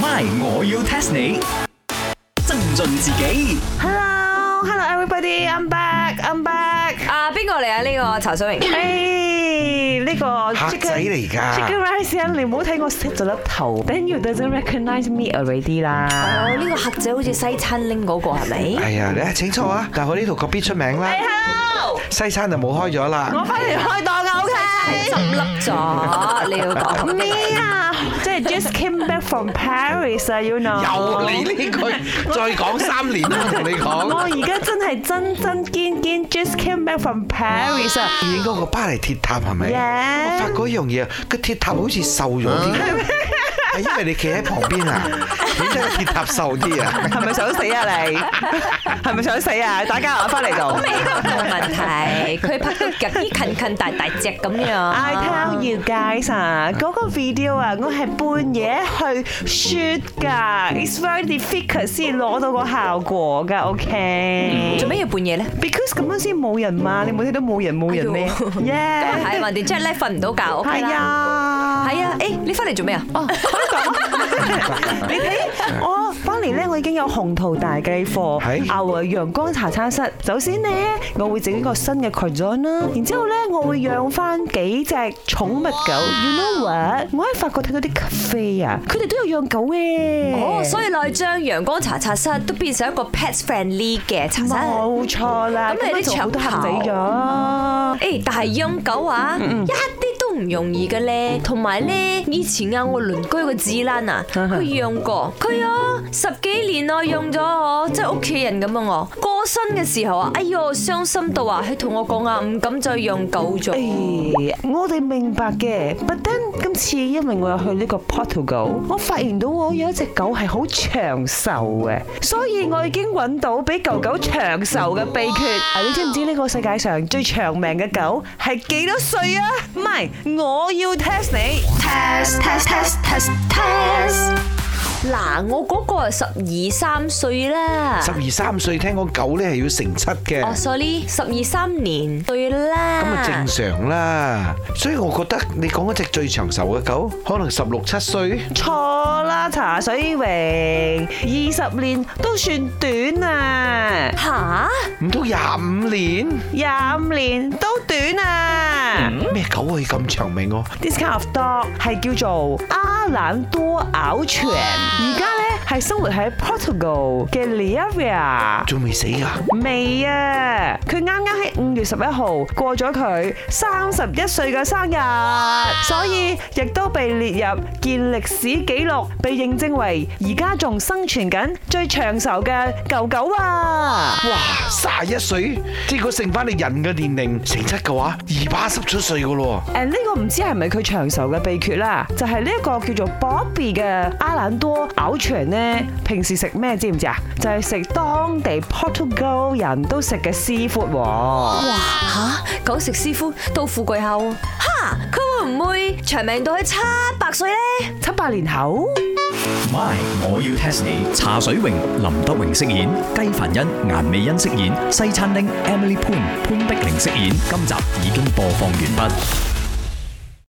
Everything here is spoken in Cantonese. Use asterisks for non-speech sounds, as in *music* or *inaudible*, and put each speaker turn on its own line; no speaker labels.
My，我要 test 你。增進自己
Hello, hello everybody, I'm back, I'm back。
啊，邊個嚟啊？呢個茶水
誒，
榮，
呢個
客仔
chicken
嚟㗎
chicken rice 啊，你唔好睇我 set 咗粒頭，then you doesn't recognize me already 啦。
哦，呢個客仔好似西餐拎嗰個係咪？
係啊，你啊請錯啊！但係我呢度個必出名啦，
Hello，
西餐就冇開咗
我
啦。
翻嚟開檔啊，OK。
執笠咗，你要講
*laughs*
咩？
咩啊？即係 à? just came back from Paris 啊，you
又
know。
嚟呢
*laughs*
句，再講三年啦，我同你
我
講。
而家真係真真堅堅 just came back from Paris 啊
影嗰個巴黎鐵塔係咪？
Yeah
我發覺一樣嘢，個鐵塔好似瘦咗啲。
Oh
係因為你企喺旁
*laughs*
邊啊，顯得個鐵塔瘦啲啊。
係咪想死啊你？係咪想死啊？大家我翻嚟
咁
就。
你呢個冇問題，佢拍到夾啲近近大大隻咁樣。
I tell you guys 啊，嗰個 video 啊，我係半夜去 shoot 㗎，it's very difficult 先攞到個效果㗎，OK？
做咩要半夜咧？
Because 咁樣先冇人嘛，你冇睇到冇人冇人咩
哎
？Yeah，
喲係，橫掂 Jack 咧瞓唔到覺，OK
係
啦。
啊，
係啊，誒，你翻嚟做咩啊？哦，
你睇我翻嚟咧，我已經有鴻圖大計貨。
係
牛啊陽光茶餐室，首先呢，我會整一個新嘅 c o n 啦，然之後咧，我會養翻幾隻寵物狗。You know what？我喺法國睇到啲 cafe 啊，佢哋都有養狗嘅。
哦，所以內將陽光茶茶室都變成一個 pet friendly 嘅茶室。
冇錯啦，
咁你
樣
啲
就好多客仔咗。
誒，但係養狗啊，
嗯
一啲都唔容易嘅咧。同埋咧，以前啊，我鄰居個子蘭啊，
嗯
佢養過，佢啊十幾年內養咗我，即係屋企人咁啊我。過身嘅時候啊，哎喲，傷心到啊，佢同我講啊，唔敢再養狗咗。
哎
誒，哎我哋明白嘅，but then 今次因為我有去呢個 Portugal，我發現到我有一隻狗係好長壽嘅，所以我已經揾到比狗狗長壽嘅秘訣。啊，你知唔知呢個世界上最長命嘅狗係幾多歲啊？唔係，我要 test 你。
test test test test test
嗱，我嗰個係啊十二三歲啦。
十二三歲聽講狗咧係要成七嘅，
Oh，
哦
咁
，sorry，十二三年對啦。
啊正常啦。所以我覺得你講嗰隻最長壽嘅狗，可能十六七歲。
錯啦，茶水榮，二十年都算短啊，
吓，
唔通廿五年
廿五年都短啊。
咩狗可以咁長命喎？
This kind of dog 係叫做阿蘭多咬泉，而家咧係生活喺 Portugal 嘅 Leiria。
仲未死噶？
未啊！佢啱啱喺五月十一號過咗佢三十一歲嘅生日，所以亦都被列入健歷史紀錄，被認證為而家仲生存緊最長壽嘅狗狗啊！
哇，三十一歲，即係如果剩翻你人嘅年齡成七嘅話，二百十出歲噶咯
誒呢個唔知係咪佢長壽嘅秘訣啦，就係呢一個叫做 Bobby 嘅阿蘭多咬腸呢，平時食咩知唔知啊？就係食當地 Portugal 人都食嘅 seafood 喎。
哇吓，狗食師傅到富貴後，吓佢會唔會長命到去七百歲咧？
七八年後，
，My，我要 test 你。茶水榮、林德榮飾演，雞凡欣、顏美欣飾演，西餐廳 Emily Poon 潘碧玲飾演。今集已經播放完畢。